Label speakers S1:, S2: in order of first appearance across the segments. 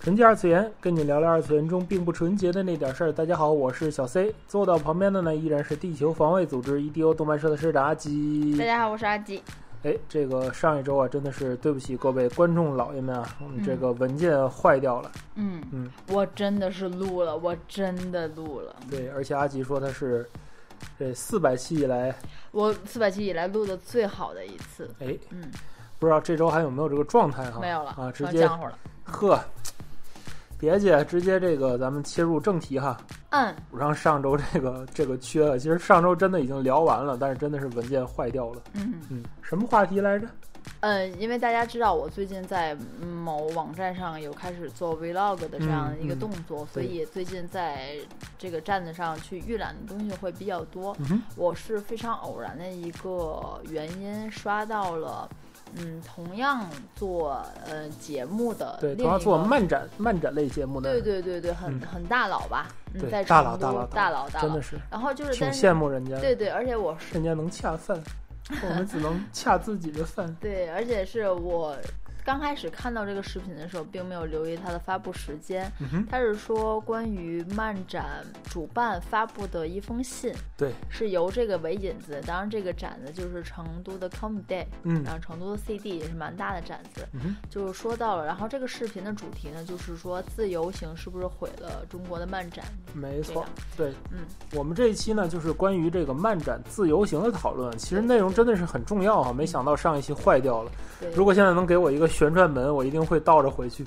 S1: 纯洁二次元，跟你聊聊二次元中并不纯洁的那点事儿。大家好，我是小 C，坐到旁边的呢依然是地球防卫组织 EDO 动漫社的社长阿基。
S2: 大家好，我是阿吉。
S1: 哎，这个上一周啊，真的是对不起各位观众老爷们啊，我们这个文件坏掉了。
S2: 嗯
S1: 嗯，
S2: 我真的是录了，我真的录了，
S1: 对，而且阿吉说他是这四百期以来，
S2: 我四百期以来录的最好的一次。
S1: 哎，
S2: 嗯，
S1: 不知道这周还有没有这个状态哈？
S2: 没有了
S1: 啊，直
S2: 成
S1: 接
S2: 浆糊了。
S1: 呵，别介，直接这个咱们切入正题哈。
S2: 嗯，
S1: 补上上周这个这个缺啊，其实上周真的已经聊完了，但是真的是文件坏掉了。
S2: 嗯
S1: 嗯，什么话题来着？
S2: 嗯，因为大家知道我最近在某网站上有开始做 vlog 的这
S1: 嗯
S2: 样的一个动作，所以最近在这个站子上去预览的东西会比较多。
S1: 嗯哼，
S2: 我是非常偶然的一个原因刷到了，嗯，同样做呃节目的
S1: 对，
S2: 另
S1: 同
S2: 一
S1: 样
S2: 个
S1: 做漫展漫展类节目的，
S2: 对对对对，很、
S1: 嗯
S2: 很大佬吧，嗯，
S1: 对
S2: 在
S1: 大佬
S2: 成都
S1: 佬
S2: 大
S1: 大
S2: 佬大
S1: 真
S2: 佬
S1: 的，是
S2: 然后就是
S1: 挺
S2: 但
S1: 羡
S2: 是
S1: 慕人家的，
S2: 对对，而且我是
S1: 人家能恰饭，我们只 能恰自己的饭。
S2: 对，而且是我刚开始看到这个视频的时候，并没有留意它的发布时间，
S1: 嗯哼，
S2: 它是说关于漫展主办发布的一封信，
S1: 对，
S2: 是由这个为引子，当然这个展子就是成都的 Come Day。
S1: 嗯
S2: 然后成都的 CD 也是蛮大的展子，
S1: 嗯哼，
S2: 就是说到了，然后这个视频的主题呢，就是说自由行是不是毁了中国的漫展？
S1: 没
S2: 这
S1: 错
S2: 样，
S1: 对
S2: 嗯，
S1: 我们这一期呢，就是关于这个漫展自由行的讨论。其实内容真的是很重要啊，没想到上一期坏掉了。
S2: 对，
S1: 如果现在能给我一个旋转门，我一定会倒着回 去，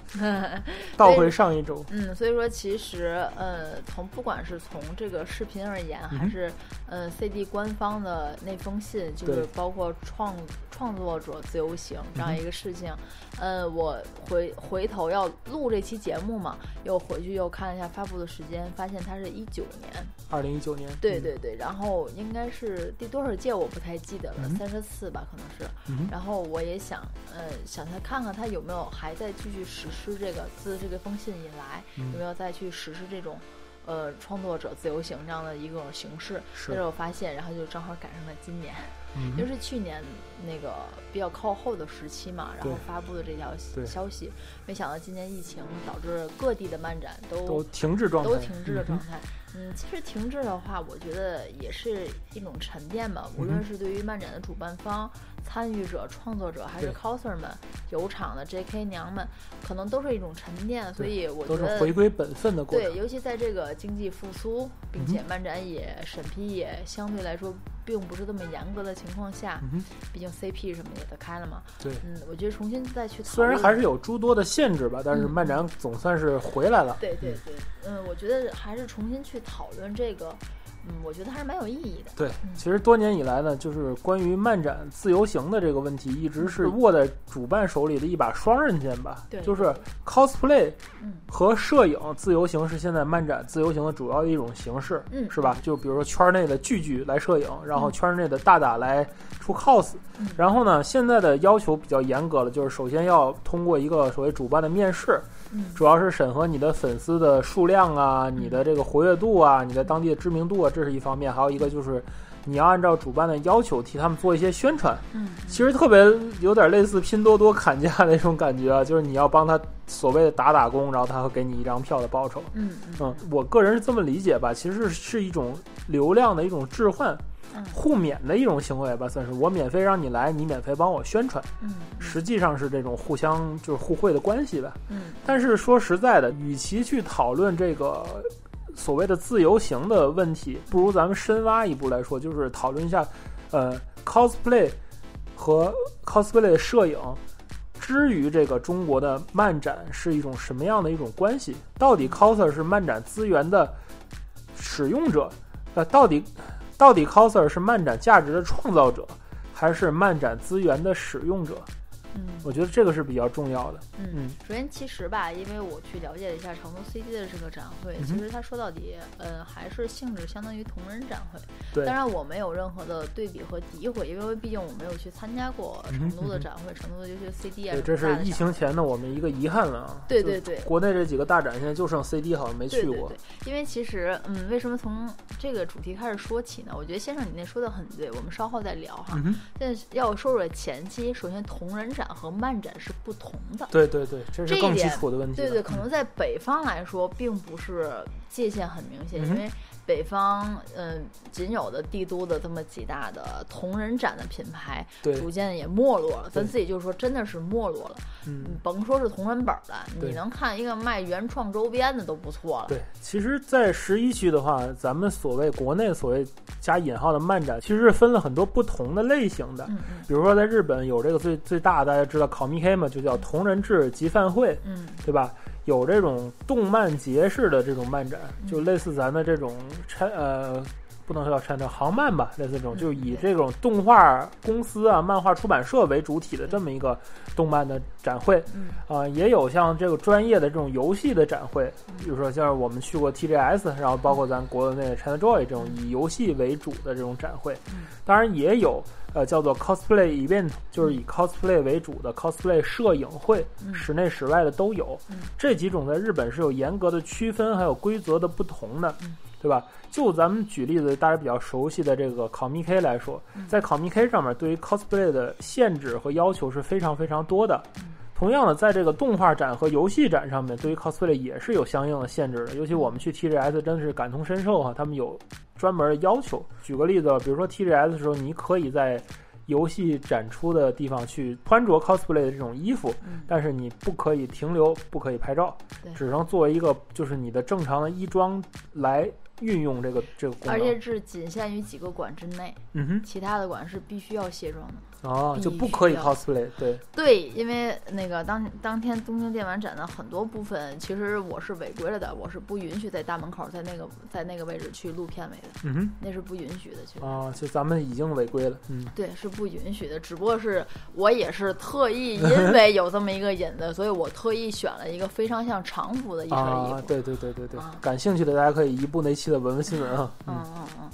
S1: 倒回上一周。
S2: 嗯，所以说其实呃，从不管是从这个视频而言，还
S1: 嗯
S2: 是呃 CD 官方的那封信，就
S1: 对嗯
S2: 是包括创创作者自由行这样一个事情，呃，我回回头要录这期节目嘛，又回去又看了一下发布的时间，发现它是一九年，
S1: 二零一九年，
S2: 对
S1: 嗯
S2: 对对，然后应该是第多少届我不太记得了，
S1: 嗯
S2: 三十四吧，可能是。
S1: 嗯哼
S2: 然后我也想，呃，想再看看他有没有还在继续实施这个自这个封信以来，
S1: 嗯
S2: 有没有再去实施这种，呃，创作者自由行这样的一种形式。
S1: 是
S2: 但是我发现，然后就正好赶上了今年，
S1: 嗯
S2: 就是去年那个比较靠后的时期嘛，然后
S1: 对
S2: 发布的这条
S1: 对
S2: 消息，没想到今年疫情导致各地的漫展
S1: 都停滞状态，
S2: 都停滞的
S1: 嗯
S2: 状态。嗯，其实停滞的话，我觉得也是一种沉淀吧。
S1: 嗯
S2: 无论是对于漫展的主办方、参与者、创作者，还是
S1: 对
S2: coser 们、有场的 JK 娘们，可能都是一种沉淀。所
S1: 对
S2: 以我觉
S1: 都是
S2: 得
S1: 回归本分的过
S2: 对，
S1: 程。嗯
S2: 尤其在这个经济复苏，并且漫展也审批也相对来说并不是这么严格的情况下，
S1: 嗯哼，
S2: 毕竟 CP 什么也得开了嘛。
S1: 对。
S2: 嗯，我觉得重新再去讨
S1: 虽然
S2: 论
S1: 还是有诸多的限制吧，但是
S2: 嗯
S1: 漫展总算是回来了。
S2: 对对对，嗯，我觉得还是重新去讨论这个，嗯，我觉得还是蛮有意义的。
S1: 对，其实多年以来呢，就是关于漫展自由行的这个问题，一直是握在主办手里的一把双刃剑吧。
S2: 嗯对
S1: 就是 cosplay
S2: 嗯
S1: 和摄影自由行是现在漫展自由行的主要的一种形式，
S2: 嗯
S1: 是吧？就比如说圈内的聚聚来摄影，然后
S2: 嗯
S1: 圈内的大大来出 cos，、
S2: 嗯
S1: 然后呢，现在的要求比较严格了，就是首先要通过一个所谓主办的面试，
S2: 嗯
S1: 主要是审核你的粉丝的数量啊、你的这个活跃度啊、你的当地的知名度啊，这是一方面。还有一个就是，你要按照主办的要求替他们做一些宣传。
S2: 嗯
S1: 其实特别有点类似拼多多砍价那种感觉啊，就是你要帮他所谓的打打工，然后他会给你一张票的报酬。
S2: 嗯
S1: 嗯，我个人是这么理解吧，其实是一种流量的一种置换
S2: 嗯、
S1: 互免的一种行为吧，算是我免费让你来，你免费帮我宣传，
S2: 嗯
S1: 实际上是这种互相就是互惠的关系吧。
S2: 嗯
S1: 但是说实在的，与其去讨论这个所谓的自由行的问题，不如咱们深挖一步来说，就是讨论一下，呃，cosplay 和 cosplay 摄影。之于这个中国的漫展是一种什么样的一种关系？到底 coser 是漫展资源的使用者，呃，到底到底 coser 是漫展价值的创造者，还是漫展资源的使用者？
S2: 嗯
S1: 我觉得这个是比较重要的。
S2: 嗯，
S1: 嗯
S2: 首先其实吧，因为我去了解了一下成都 CD 的这个展会，
S1: 嗯哼
S2: 其实它说到底，呃，还是性质相当于同人展会。
S1: 对
S2: 当然我没有任何的对比和诋毁，因为毕竟我没有去参加过成都的
S1: 嗯哼
S2: 展会，成都的这些 CD 啊
S1: 对，
S2: 什
S1: 这
S2: 么大
S1: 是
S2: 的
S1: 疫
S2: 展
S1: 情
S2: 会。
S1: 前的我们一个遗憾了啊。
S2: 对
S1: 就是
S2: 对对
S1: 国内这几个大展现在就剩 CD 好像没
S2: 对
S1: 去
S2: 对
S1: 过
S2: 对。，因为其实，嗯，为什么从这个主题开始说起呢？我觉得先生你那说的很对，我们稍后再聊哈。
S1: 嗯哼，
S2: 但是要说说前期，首先同人展和漫展是不同的。
S1: 对对对，这
S2: 这
S1: 是
S2: 一
S1: 更基
S2: 点
S1: 础的问题了。
S2: 对对，可能在北方来说，并不是界限很明显，
S1: 嗯
S2: 因为北方嗯、仅有的帝都的这么几大的同人展的品牌，
S1: 对
S2: 逐渐也没落了。咱
S1: 对
S2: 自己就说，真的是没落了。
S1: 嗯
S2: 你甭说是同人本儿了，
S1: 对
S2: 你能看一个卖原创周边的都不错了。
S1: 对，其实，在十一区的话，咱们所谓国内所谓加引号的漫展，其实是分了很多不同的类型的。
S2: 嗯嗯
S1: 比如说，在日本有这个最最大的，大家知道 c o m i k 嘛，就叫同人志集饭会，
S2: 嗯
S1: 对吧？有这种动漫节式的这种漫展，
S2: 嗯
S1: 就类似咱的这种拆呃，不能叫拆叫航漫吧，类似这种，
S2: 嗯
S1: 就以
S2: 对
S1: 这种动画公司啊、漫画出版社为主体的这么一个动漫的展会。
S2: 嗯
S1: 啊、也有像这个专业的这种游戏的展会，
S2: 嗯
S1: 比如说像我们去过 TGS，然后包括咱国内的 ChinaJoy 这种以游戏为主的这种展会，
S2: 嗯
S1: 当然也有呃叫做 cosplay event，就是以 cosplay 为主的 cosplay 摄影会，
S2: 嗯
S1: 室内室外的都有
S2: 嗯。
S1: 这几种在日本是有严格的区分，还有规则的不同的
S2: 嗯，
S1: 对吧？就咱们举例子，大家比较熟悉的这个 comic K 来说
S2: 嗯，
S1: 在 comic K 上面，对于 cosplay 的限制和要求是非常非常多的
S2: 嗯。
S1: 同样的，在这个动画展和游戏展上面，对于 cosplay 也是有相应的限制的。尤其我们去 TGS 真的是感同身受哈、他们有专门的要求。举个例子，比如说 TGS 的时候，你可以在游戏展出的地方去穿着 cosplay 的这种衣服，
S2: 嗯
S1: 但是你不可以停留，不可以拍照
S2: 对，
S1: 只能作为一个就是你的正常的衣装来运用这个这个功
S2: 而且
S1: 能。
S2: 是仅限于几个馆之内，
S1: 嗯哼，
S2: 其他的馆是必须要卸妆的。
S1: 哦，
S2: 必
S1: 就不可以
S2: 须要
S1: cosplay，对，
S2: 对，因为那个当当天东京电玩展的很多部分，其实我是违规了的，我是不允许在大门口在那个在那个位置去录片尾的，
S1: 嗯
S2: 那是不允许的。其实、
S1: 哼，啊，就咱们已经违规了，嗯，
S2: 对，是不允许的。只不过是我也是特意因为有这么一个引子，所以我特意选了一个非常像常服的一身衣服。
S1: 啊，对对对对对
S2: 啊，
S1: 感兴趣的大家可以移步那期的文文新闻啊，
S2: 嗯
S1: 嗯，
S2: 嗯嗯。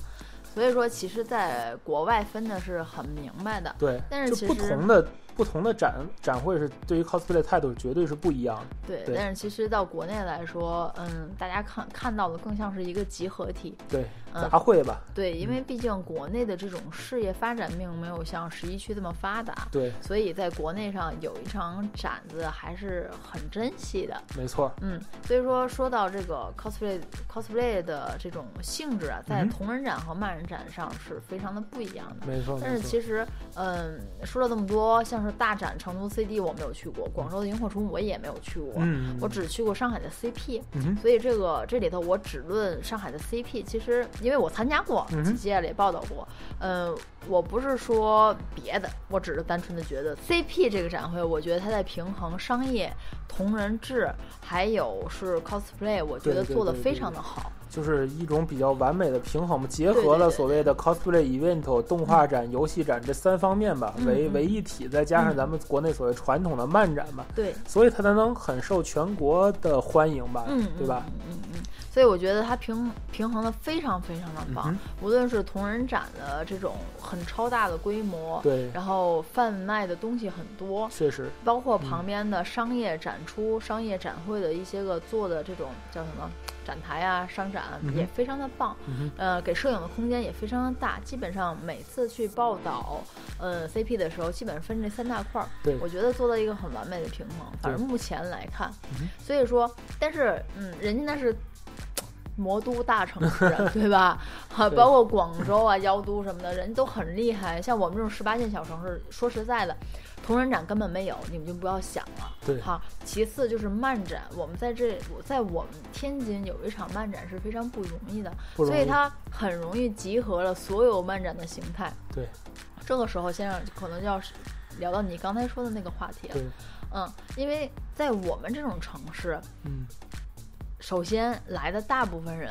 S2: 所以说，其实在国外分的是很明白的。
S1: 对，
S2: 但是
S1: 就
S2: 其
S1: 不
S2: 实
S1: 同的不同的展展会是对于 cosplay 的态度绝对是不一样的，
S2: 对，
S1: 对
S2: 但是其实到国内来说，嗯，大家看看到的更像是一个集合体。
S1: 对，
S2: 嗯
S1: 杂烩吧，
S2: 对，因为毕竟国内的这种事业发展并没有像十一区这么发达，
S1: 对，
S2: 所以在国内上有一场展子还是很珍惜的。
S1: 没错，
S2: 嗯，所以说说到这个 cosplay cosplay 的这种性质啊，在
S1: 嗯哼
S2: 同人展和漫人展上是非常的不一样的。
S1: 没错，
S2: 但
S1: 没
S2: 是
S1: 错，
S2: 其实，嗯，说了这么多，像是大展成都 CD 我没有去过，广州的萤火虫我也没有去过，
S1: 嗯，
S2: 我只去过上海的 CP。
S1: 嗯哼。
S2: 所以这个这里头我只论上海的 CP，其实因为我参加过
S1: 嗯哼
S2: 几届了，也报道过，嗯、我不是说别的，我只是单纯的觉得 CP 这个展会，我觉得它在平衡商业、同人志，还有是 cosplay，我觉
S1: 对
S2: 得
S1: 对
S2: 做的
S1: 对
S2: 非
S1: 对
S2: 常的好。
S1: 就是一种比较完美的平衡嘛，结
S2: 对
S1: 合
S2: 对
S1: 了
S2: 对
S1: 所谓的 cosplay event、动画展、游戏展这三方面吧，
S2: 嗯
S1: 为
S2: 嗯
S1: 为一体，再加上咱们国内所谓传统的漫展嘛，
S2: 对，
S1: 所以它才能很受全国的欢迎吧，
S2: 嗯，
S1: 对吧？
S2: 嗯嗯嗯。所以我觉得它平平衡的非常非常的棒，
S1: 嗯
S2: 无论是同人展的这种很超大的规模，
S1: 对，
S2: 然后贩卖的东西很多，
S1: 确实，
S2: 包括
S1: 嗯
S2: 旁边的商业展出、商业展会的一些个做的这种叫什么展台啊、商展啊
S1: 嗯哼
S2: 也非常的棒，
S1: 嗯
S2: 呃，给摄影的空间也非常的大。基本上每次去报道，呃，CP 的时候，基本上分这三大块儿，
S1: 对
S2: 我觉得做到一个很完美的平衡。反正目前来看
S1: 嗯，
S2: 所以说，但是嗯，人家那是。嗯魔都大城市，啊 对吧？哈，
S1: 对
S2: 包括广州啊、 妖都什么的，人都很厉害。像我们这种十八线小城市，说实在的，同人展根本没有，你们就不要想了。
S1: 对
S2: 好，其次就是漫展，我们在这，我在我们天津有一场漫展是非常不容易的，
S1: 不容
S2: 所以
S1: 易，
S2: 它很容易集合了所有漫展的形态。
S1: 对，
S2: 这个时候先生可能就要聊到你刚才说的那个话题了
S1: 对。
S2: 嗯，因为在我们这种城市，
S1: 嗯，
S2: 首先来的大部分人，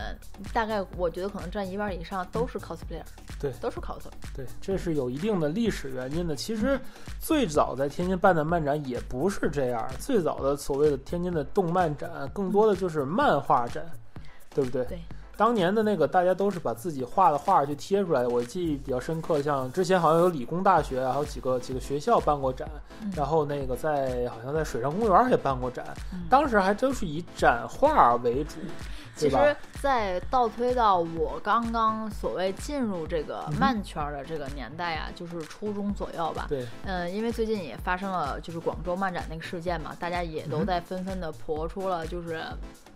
S2: 大概我觉得可能占一半以上都是 cosplayer，
S1: 对
S2: 都是 cos。
S1: 对，这是有一定的历史原因的。其实最早在天津办的漫展也不是这样，最早的所谓的天津的动漫展，更多的就是漫画展，对不对？
S2: 嗯对。
S1: 当年的那个，大家都是把自己画的画去贴出来。我记忆比较深刻，像之前好像有理工大学，还有几个几个学校办过展，
S2: 嗯
S1: 然后那个在好像在水上公园也办过展，
S2: 嗯
S1: 当时还都是以展画为主，
S2: 其
S1: 对吧？
S2: 实，再倒推到我刚刚所谓进入这个
S1: 嗯哼
S2: 漫圈儿的这个年代啊，就是初中左右吧。
S1: 对，
S2: 嗯，因为最近也发生了就是广州漫展那个事件嘛，大家也
S1: 嗯
S2: 都
S1: 哼
S2: 在纷纷的婆出了就是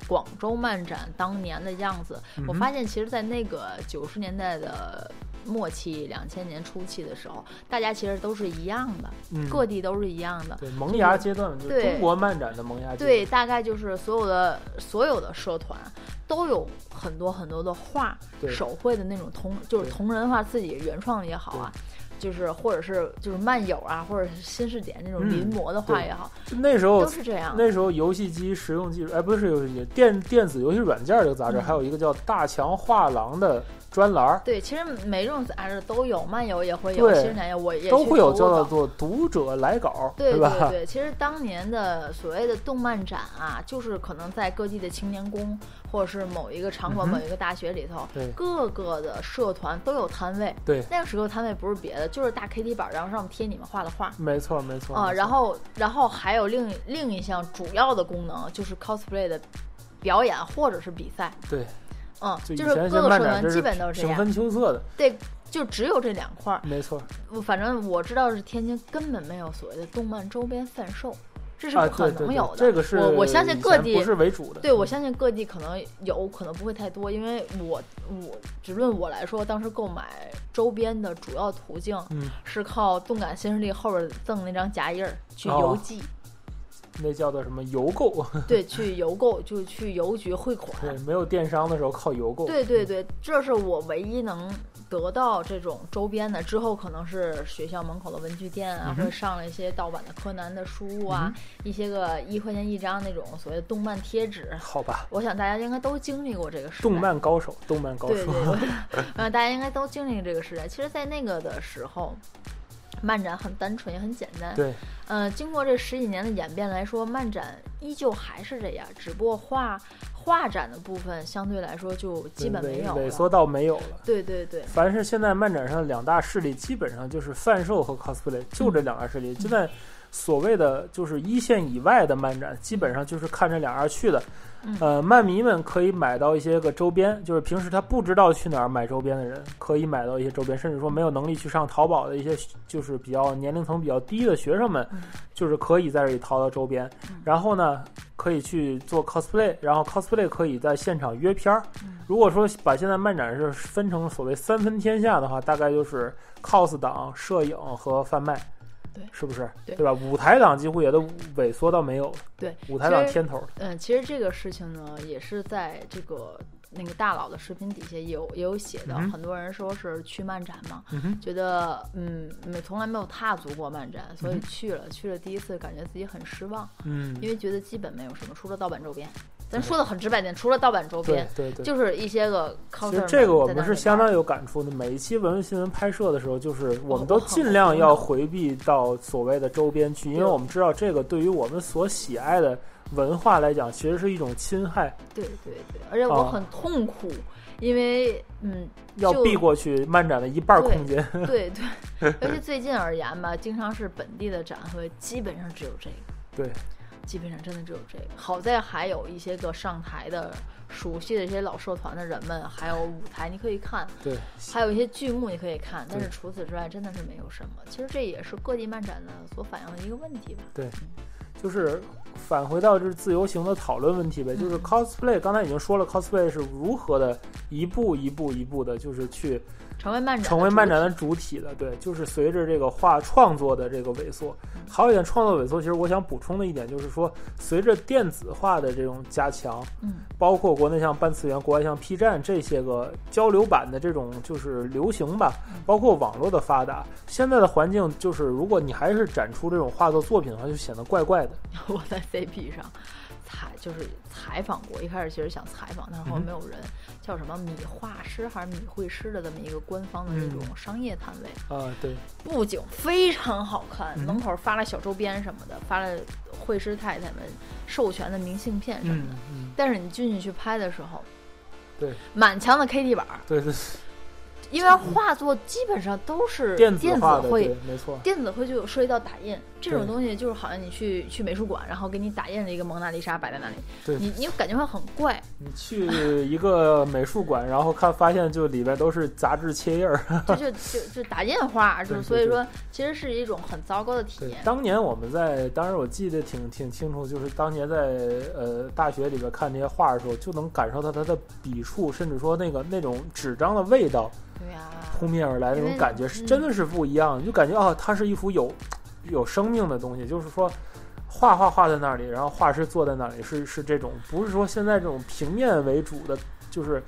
S2: 广州漫展当年的样子。
S1: 嗯
S2: 我
S1: 哼
S2: 发现，其实，在那个九十年代的末期、两千年初期的时候，大家其实都是一样的，
S1: 嗯，
S2: 各地都是一样的。
S1: 对萌芽阶段，就是
S2: 对
S1: 中国漫展的萌芽阶段，
S2: 对，大概就是所有的所有的社团都有很多很多的画，
S1: 对
S2: 手绘的那种同就是
S1: 对
S2: 同人画，自己原创也好啊，就是或者是就是漫友啊，或者是新视点那种
S1: 嗯
S2: 临摹的画
S1: 对
S2: 也好，
S1: 就那时候
S2: 都是这样。
S1: 那时候游戏机实用技术，哎，不是游戏机，电电子游戏软件这个杂志，
S2: 嗯
S1: 还有一个叫《大强画廊》的专栏儿，
S2: 对，其实每种杂志都有，漫游也会有，
S1: 对
S2: 新视点也我也
S1: 都
S2: 去
S1: 会有
S2: 投
S1: 叫
S2: 过
S1: 做
S2: 稿
S1: 读者来稿，
S2: 对
S1: 吧？
S2: 对对，其实当年的所谓的动漫展啊，就是可能在各地的青年宫，或者是某一个场馆、
S1: 嗯哼
S2: 某一个大学里头
S1: 对，
S2: 各个的社团都有摊位。
S1: 对
S2: 那个时候摊位不是别的，就是大 KT 板，然后上面贴你们画的画。
S1: 没错没错
S2: 啊、
S1: 哦没错
S2: 然后，然后还有另另一项主要的功能就是 cosplay 的表演或者是比赛，
S1: 对，
S2: 嗯，
S1: 就以
S2: 就是
S1: 前这
S2: 各个社
S1: 漫展
S2: 团
S1: 真
S2: 基本都是这
S1: 平
S2: 样，
S1: 分秋色的，
S2: 对，就只有这两块儿。
S1: 没错
S2: 我反正我知道是天津根本没有所谓的动漫周边贩售，这是
S1: 啊，
S2: 不可
S1: 对对
S2: 能
S1: 对
S2: 有的。，
S1: 这个是
S2: 我我相信
S1: 以
S2: 各
S1: 前
S2: 地
S1: 不是为主的，
S2: 对我相信各地可能有可能不会太多，因为我我只论我来说，当时购买周边的主要途径
S1: 嗯，
S2: 是靠动感新势力后边赠那张夹页儿去
S1: 哦
S2: 邮寄，
S1: 那叫做什么邮购，
S2: 对，去邮购，就去邮局汇款。
S1: 对，没有电商的时候靠邮购，
S2: 对对对，这是我唯一能得到这种周边的。之后可能是学校门口的文具店啊
S1: 嗯，哼嗯
S2: 会上了一些盗版的柯南的书啊，一些个一块钱一张那种所谓的动漫贴纸。
S1: 好吧，
S2: 我想大家应该都经历过这个时代。
S1: 动漫高手，动漫高
S2: 对对
S1: 手，
S2: 对，呃，大家应该都经历这个时代。其实，在那个的时候，漫展很单纯，也很简单。
S1: 对，
S2: 呃，经过这十几年的演变来说，漫展依旧还是这样，只不过画画展的部分相对来说就基本没
S1: 萎
S2: 有
S1: 萎
S2: 了。
S1: 缩到没有了。
S2: 对对对，
S1: 凡是现在漫展上两大势力，基本上就是贩售和 cosplay，就
S2: 嗯
S1: 这两大势力。现在所谓的就是一线以外的漫展，基本上就是看这两样去的。
S2: 嗯
S1: 呃，漫迷们可以买到一些个周边，就是平时他不知道去哪儿买周边的人，可以买到一些周边，甚至说没有能力去上淘宝的一些，就是比较年龄层比较低的学生们
S2: 嗯，
S1: 就是可以在这里淘到周边
S2: 嗯。
S1: 然后呢，可以去做 cosplay，然后 cosplay 可以在现场约片儿。
S2: 嗯
S1: 如果说把现在漫展是分成所谓三分天下的话，大概就是 cos 党、摄影和贩卖，
S2: 对
S1: 是不是？
S2: 对
S1: 吧？舞台党几乎也都萎缩到没有了，
S2: 对，
S1: 舞台党
S2: 其实
S1: 天头了，
S2: 嗯，其实这个事情呢，也是在这个那个大佬的视频底下也有也有写到，
S1: 嗯哼
S2: 很多人说是去漫展嘛，
S1: 嗯哼，
S2: 觉得嗯没从来没有踏足过漫展，所以
S1: 嗯
S2: 去了、去了第一次，感觉自己很失望，因
S1: 嗯，
S2: 为觉得基本没有什么，除了盗版周边。咱说的很直白点，除了盗版周
S1: 对
S2: 边，
S1: 对对。
S2: 就是一些个 coser
S1: 其实
S2: 们
S1: 这个我
S2: 在
S1: 们
S2: 那
S1: 是
S2: 里
S1: 相
S2: 玩哦
S1: 当有感触的。每一期文文新闻拍摄的时候，就是我们
S2: 我
S1: 都
S2: 我很
S1: 尽量要回避到所谓的周边去，因为
S2: 对
S1: 我们知道这个对于我们所喜爱的文化来讲，其实是一种侵害，
S2: 对对对，而且我
S1: 啊
S2: 很痛苦，因为 嗯
S1: 要
S2: 就
S1: 避过去漫展的一半儿
S2: 对
S1: 空间。
S2: 对对，尤其最近而言吧，经常是本地的展会，基本上只有这个。
S1: 对，
S2: 基本上真的只有这个。好在还有一些个上台的熟悉的这些老社团的人们，还有舞台你可以看，
S1: 对，
S2: 还有一些剧目你可以看。但是
S1: 对
S2: 除此之外，真的是没有什么。其实这也是各地漫展的所反映的一个问题吧。
S1: 就是返回到就是自由行的讨论问题呗，
S2: 嗯
S1: 就是 cosplay，刚才已经说了，cosplay 是如何的一步一步一步的，就是去
S2: 成为漫展，
S1: 成为漫展，的主体的，对，就是随着这个画创作的这个萎缩，还有一点创作萎缩，其实我想补充的一点就是说，随着电子化的这种加强，
S2: 嗯，
S1: 包括国内像半次元、国外像 P 站这些个交流版的这种就是流行吧
S2: 嗯，
S1: 包括网络的发达，现在的环境 就是，如果你还是展出这种画作作品的话，就显得怪怪的。
S2: 我在 CP 上。采就是采访过，一开始其实想采访，但
S1: 嗯
S2: 是后来没有人，叫什么米画师还是米绘师的这么一个官方的这种
S1: 嗯
S2: 商业摊位，
S1: 啊，对，
S2: 布景非常好看，
S1: 嗯
S2: 门口发了小周边什么的，发了绘师太太们授权的明信片什么
S1: 嗯
S2: 的。
S1: 嗯，
S2: 但是你进去去拍的时候，
S1: 对，
S2: 满墙的 K D 板儿，
S1: 对对，
S2: 因为画作基本上都是
S1: 嗯电
S2: 子
S1: 化的，
S2: 绘
S1: 对，，没错，
S2: 电子绘就有涉及到打印这
S1: 对
S2: 种东西，就是好像你去去美术馆，然后给你打印了一个蒙娜丽莎摆在那里，
S1: 对
S2: 你你感觉会很 怪，
S1: 你去一个美术馆，然后看发现就里边都是杂志切页儿。
S2: 就就就就打印画，就
S1: 对对
S2: 是所以说其实是一种很糟糕的体
S1: 对
S2: 验，。
S1: 当年我们在，当时我记得挺挺清楚，就是当年在呃大学里边看这些画的时候，就能感受到它的笔触，甚至说那个那种纸张的味道
S2: 对呀、
S1: 扑面而来，那
S2: 因
S1: 种
S2: 为嗯
S1: 感觉是真的是不一样。你就感觉啊，它是一幅有有生命的东西，就是说。画画画在那里，然后画师坐在那里，是是这种，不是说现在这种平面为主的，就是，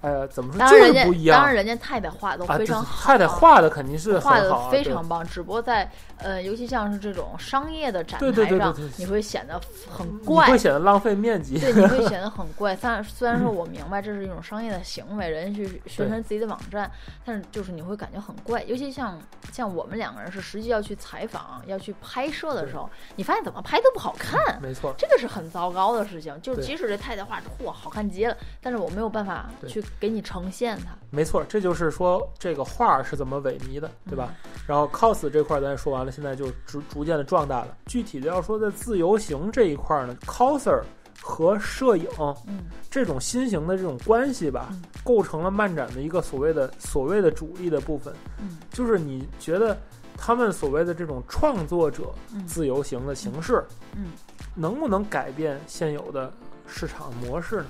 S1: 哎呀，怎么说，
S2: 当
S1: 就
S2: 然人
S1: 是
S2: 家
S1: 不一样。
S2: 当然人家太太画的
S1: 啊，
S2: 都非
S1: 对
S2: 常好、
S1: 太太画的肯定是
S2: 画
S1: 很好
S2: 的
S1: 啊
S2: 非
S1: 对
S2: 常棒，只不过在呃，尤其像是这种商业的展
S1: 对对
S2: 台
S1: 对
S2: 上
S1: 对对，
S2: 你会显得很
S1: 你
S2: 怪，
S1: 会显得浪费面积。
S2: 对，你会显得很怪。虽然虽然说我明白这是一种商业的行为，人家去宣传自己的网站，但是就是你会感觉很怪。尤其像像我们两个人是实际要去采访、要去拍摄的时候，你发现怎么拍都不好看，
S1: 没错，
S2: 这个是很糟糕的事情。就是
S1: 对
S2: 即使这太太画嚯好看极了，但是我没有办法
S1: 对
S2: 去给你呈现它。
S1: 没错，这就是说这个画儿是怎么萎靡的，对吧？然后 cos 这块儿咱也说完了，现在就逐逐渐的壮大了。具体的要说在自由行这一块儿呢，coser 和摄影
S2: 嗯，
S1: 这种新型的这种关系吧
S2: 嗯，
S1: 构成了漫展的一个所谓的所谓的主力的部分。
S2: 嗯
S1: 就是你觉得他们所谓的这种创作者
S2: 嗯
S1: 自由行的形式，
S2: 嗯
S1: 能不能改变现有的市场模式呢？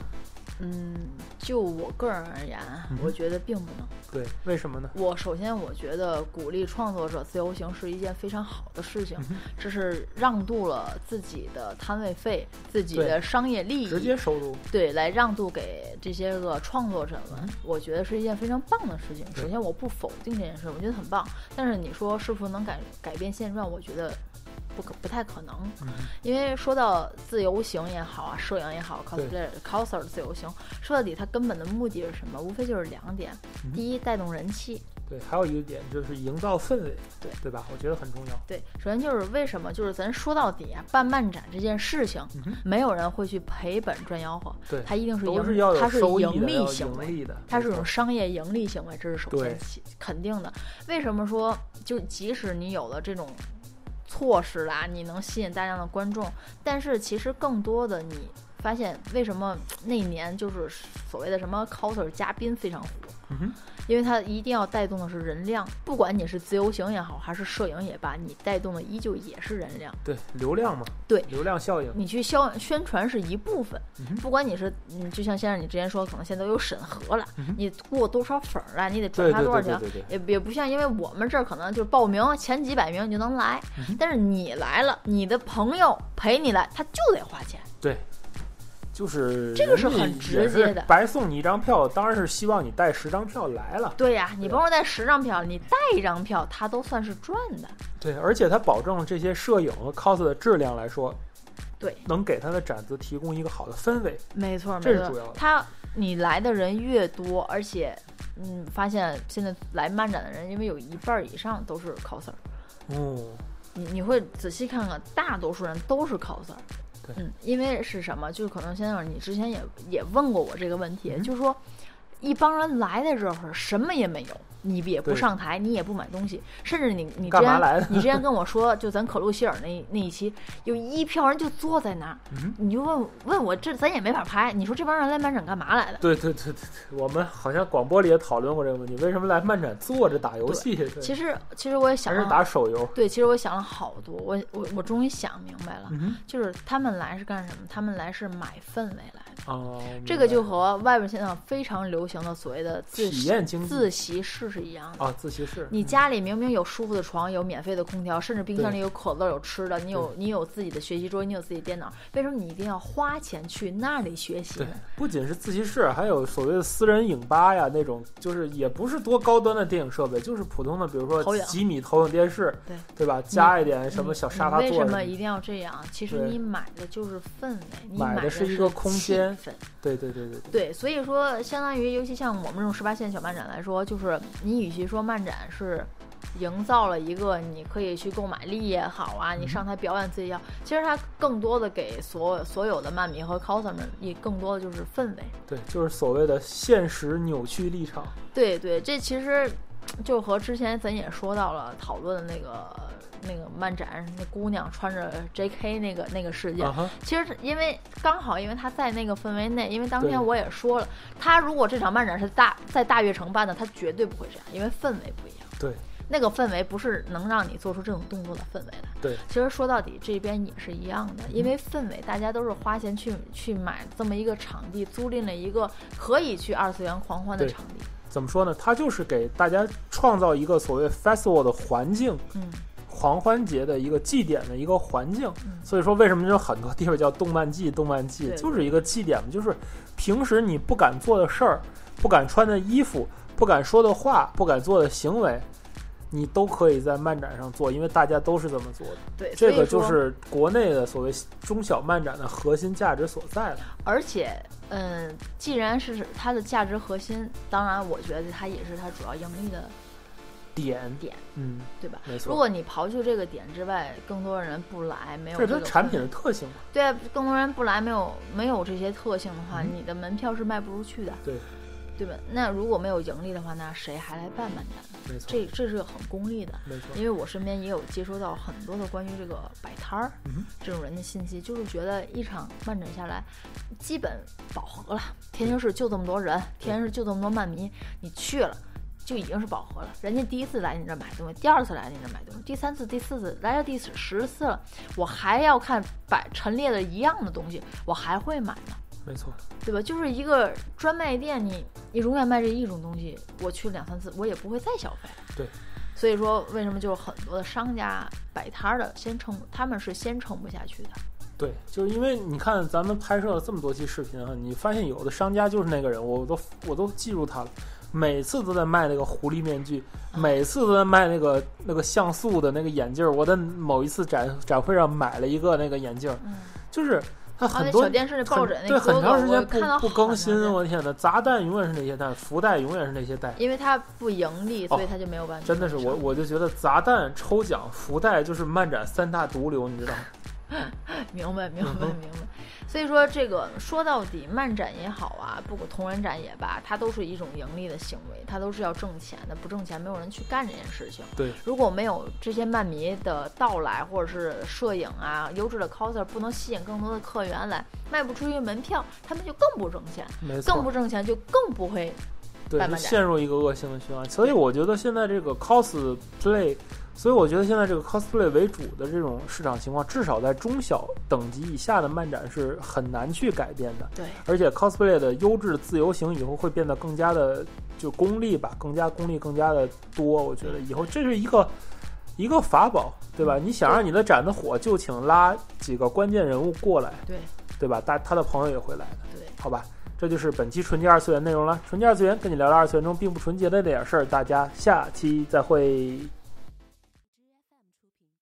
S2: 嗯，就我个人而言，
S1: 嗯
S2: 我觉得并不能。
S1: 对，为什么呢？
S2: 我首先我觉得鼓励创作者自由行是一件非常好的事情
S1: 嗯哼，
S2: 这是让渡了自己的摊位费、自己的商业利益，
S1: 直接收入，
S2: 对来让渡给这些个创作者们，我觉得是一件非常棒的事情。
S1: 嗯对
S2: 首先我不否定这件事，我觉得很棒，但是你说是否能改改变现状，我觉得。不可不太可能，
S1: 嗯
S2: 因为说到自由行也好啊，摄影也好
S1: 对
S2: ，cosplay coser 自由行，说到底它根本的目的是什么？无非就是两点
S1: 嗯：
S2: 第一，带动人气；
S1: 对，还有一个点就是营造氛围，
S2: 对
S1: 对吧？我觉得很重要。
S2: 对，首先就是为什么，就是咱说到底啊，办漫展这件事情，
S1: 嗯哼
S2: 没有人会去赔本赚吆喝，
S1: 对
S2: 它一定是
S1: 都
S2: 盈，
S1: 是要
S2: 它
S1: 有
S2: 是
S1: 收益的，
S2: 盈利
S1: 要
S2: 行
S1: 有
S2: 为
S1: 盈，利的，
S2: 它是一
S1: 没错
S2: 种商业盈利行为，这是首
S1: 对
S2: 先起肯定的。为什么说就即使你有了这种措施啦，你能吸引大量的观众，但是其实更多的你发现为什么那一年就是所谓的什么 coser 嘉宾非常火。
S1: 嗯哼
S2: 因为它一定要带动的是人量，不管你是自由行也好，还是摄影也罢，你带动的依旧也是人量。
S1: 对流量嘛，
S2: 对
S1: 流量效应，
S2: 你去宣宣传是一部分
S1: 嗯哼，
S2: 不管你是，嗯，就像先生你之前说，可能现在都有审核了
S1: 嗯哼，
S2: 你过多少粉儿啊，你得转
S1: 对
S2: 发
S1: 对
S2: 多少
S1: 对对
S2: 条，
S1: 对对，
S2: 也也不像，因为我们这儿可能就是报名前几百名你就能来
S1: 嗯哼，
S2: 但是你来了，你的朋友陪你来，他就得花钱。
S1: 就是
S2: 这个
S1: 人
S2: 是
S1: 家
S2: 很
S1: 也
S2: 直
S1: 是
S2: 接的
S1: 白送你一张票，当然是希望你带十张票来了。
S2: 对呀、你
S1: 对
S2: 甭说带十张票，你带一张票，他都算是赚的。
S1: 对，而且它保证了这些摄影和 cos 的质量来说，
S2: 对，
S1: 能给它的展子提供一个好的氛围。
S2: 没错，没
S1: 这是
S2: 错
S1: 主要的
S2: 他你来的人越多，而且嗯，发现现在来漫展的人，因为有一半儿以上都是 coser，
S1: 嗯，
S2: 你你会仔细看看，大多数人都是 coser。
S1: 对
S2: 嗯，因为是什么？就是可能先生，你之前也也问过我这个问题，
S1: 嗯
S2: 就是说，一帮人来在这儿什么也没有，你也不
S1: 对
S2: 上台，你也不买东西，甚至你你之
S1: 干嘛
S2: 前
S1: 来的
S2: 你之前跟我说，就咱可露希尔那那一期，有一票人就坐在那儿，
S1: 嗯
S2: 你就问问我这咱也没法拍，你说这帮人来漫展干嘛来的？
S1: 对对对对对，我们好像广播里也讨论过这个问题，为什么来漫展坐着打游戏？对
S2: 其实其实我也想啊
S1: 还是
S2: 了，
S1: 打手游。
S2: 对，其实我想了好多，我我我终于想明白了，
S1: 嗯哼，
S2: 就是他们来是干什么？他们来是买氛围来的。
S1: 哦，
S2: 这个就和外边现在非常流行的所谓的自
S1: 体验经济
S2: 自习室是一样的。
S1: 啊，自习室，
S2: 你
S1: 嗯
S2: 家里明明有舒服的床，有免费的空调，甚至冰箱里有可乐、有吃的，你有你有自己的学习桌，你有自己电脑，为什么你一定要花钱去那里学习
S1: 对
S2: 呢？，
S1: 不仅是自习室，还有所谓的私人影吧呀，那种就是也不是多高端的电影设备，就是普通的，比如
S2: 投
S1: 说
S2: 影
S1: 几米投影电视，
S2: 对
S1: 对吧？加一点
S2: 你
S1: 什么小沙发
S2: 嗯你为
S1: 座
S2: 什
S1: 什么
S2: 么
S1: 的，
S2: 一定要这样？其实
S1: 对
S2: 你买的就是氛围，你
S1: 买的
S2: 的
S1: 是一个空
S2: 气
S1: 间
S2: 氛
S1: 对对对对，
S2: 对，所以说，相当于尤其像我们这种十八线小漫展来说，就是你与其说漫展是营造了一个你可以去购买力也好啊，
S1: 嗯
S2: 你上台表演自己要，其实它更多的给所所有的漫迷和 coser 们，也更多的就是氛围。
S1: 对，就是所谓的现实扭曲立场，
S2: 对对，这其实就和之前咱也说到了讨论的那个那个漫展那姑娘穿着 J.K. 那个那个事件，
S1: 啊哈，
S2: 其实是因为刚好，因为他在那个氛围内，因为当
S1: 对
S2: 天我也说了，他如果这场漫展是大在大悦城办的，他绝对不会这样，因为氛围不一样。
S1: 对，
S2: 那个氛围不是能让你做出这种动作的氛围来。
S1: 对，
S2: 其实说到底，这边也是一样的，因为氛围，大家都是花钱去去买这么一个场地，租赁了一个可以去二次元狂欢的
S1: 对
S2: 场地。
S1: 怎么说呢？它就是给大家创造一个所谓 festival 的环境，
S2: 嗯，
S1: 狂欢节的一个祭典的一个环境。
S2: 嗯
S1: 所以说，为什么就很多地方叫动漫季？动漫季
S2: 对
S1: 就是一个祭典嘛，就是平时你不敢做的事儿，不敢穿的衣服，不敢说的话，不敢做的行为。你都可以在漫展上做，因为大家都是这么做的。
S2: 对，
S1: 这
S2: 所
S1: 个
S2: 以说
S1: 就是国内的所谓中小漫展的核心价值所在了。
S2: 而且，嗯，既然是它的价值核心，当然我觉得它也是它主要盈利的
S1: 点，
S2: 点，
S1: 嗯，
S2: 对吧？
S1: 没错。
S2: 如果你刨去这个点之外，更多人不来，没有
S1: 这
S2: 这
S1: 是它
S2: 个
S1: 产
S2: 氛
S1: 品
S2: 围
S1: 的特性嘛。
S2: 对啊，更多人不来，没有没有这些特性的话，
S1: 嗯
S2: 你的门票是卖不出去的，
S1: 对，
S2: 对吧？那如果没有盈利的话，那谁还来办漫展呢？
S1: 没错，
S2: 这这是很功利的。
S1: 没错，
S2: 因为我身边也有接收到很多的关于这个摆摊儿、
S1: 嗯哼
S2: 这种人的信息，就是觉得一场漫展下来，基本饱和了。天津市就这么多人，天津市就这么多漫迷，你去了。就已经是饱和了。人家第一次来你这儿买东西，第二次来你这儿买东西，第三次、第四次来到第十次了，我还要看摆陈列的一样的东西，我还会买吗？
S1: 没错，
S2: 对吧？就是一个专卖店，你你永远卖这一种东西，我去两三次，我也不会再消费。
S1: 对，
S2: 所以说为什么就是很多的商家摆摊儿的先撑，他们是先撑不下去的。
S1: 对，就是因为你看咱们拍摄了这么多期视频啊，你发现有的商家就是那个人，我都我都记住他了，每次都在卖那个狐狸面具，
S2: 啊
S1: 每次都在卖那个那个像素的那个眼镜儿。我在某一次展展会上买了一个那个眼镜儿，
S2: 嗯，
S1: 就是他
S2: 还有
S1: 很
S2: 那
S1: 多
S2: 小。电视那抱枕
S1: 很
S2: 那
S1: 对，
S2: 哥
S1: 很
S2: 哥，
S1: 长时
S2: 我
S1: 间
S2: 看到
S1: 不不
S2: 好
S1: 更
S2: 长
S1: 新啊
S2: 时，间
S1: 我天哪！砸蛋永远是那些蛋，福袋永远是那些 袋，
S2: 因为它不盈利，所以它就没有办法、
S1: 哦真的是我，我就觉得砸蛋、抽奖、福袋就是漫展三大毒瘤，你知道吗？
S2: 明白，明白，
S1: 嗯哼
S2: 明白。所以说，这个说到底，漫展也好啊，不管同人展也罢，它都是一种盈利的行为，它都是要挣钱的，不挣钱没有人去干这件事情。
S1: 对，
S2: 如果没有这些漫迷的到来，或者是摄影啊、优质的 coser 不能吸引更多的客源来，卖不出去门票，他们就更不挣钱，
S1: 没错，
S2: 更不挣钱就更不会。
S1: 对，
S2: 慢
S1: 就
S2: 慢来
S1: 陷入一个恶性的循环。所以我觉得现在这个 cosplay，所以我觉得现在这个 cosplay 为主的这种市场情况，至少在中小等级以下的漫展是很难去改变的。
S2: 对，
S1: 而且 cosplay 的优质自由行以后会变得更加的就功利吧，更加功利，更加的多。我觉
S2: 嗯
S1: 得以后这是一个一个法宝，对吧？你想让你的展子火，就请拉几个关键人物过来，
S2: 对，
S1: 对吧？大他的朋友也会来的，
S2: 对，
S1: 好吧？这就是本期纯洁二次元内容了。纯洁二次元跟你聊聊二次元中并不纯洁的那点事儿，大家下期再会。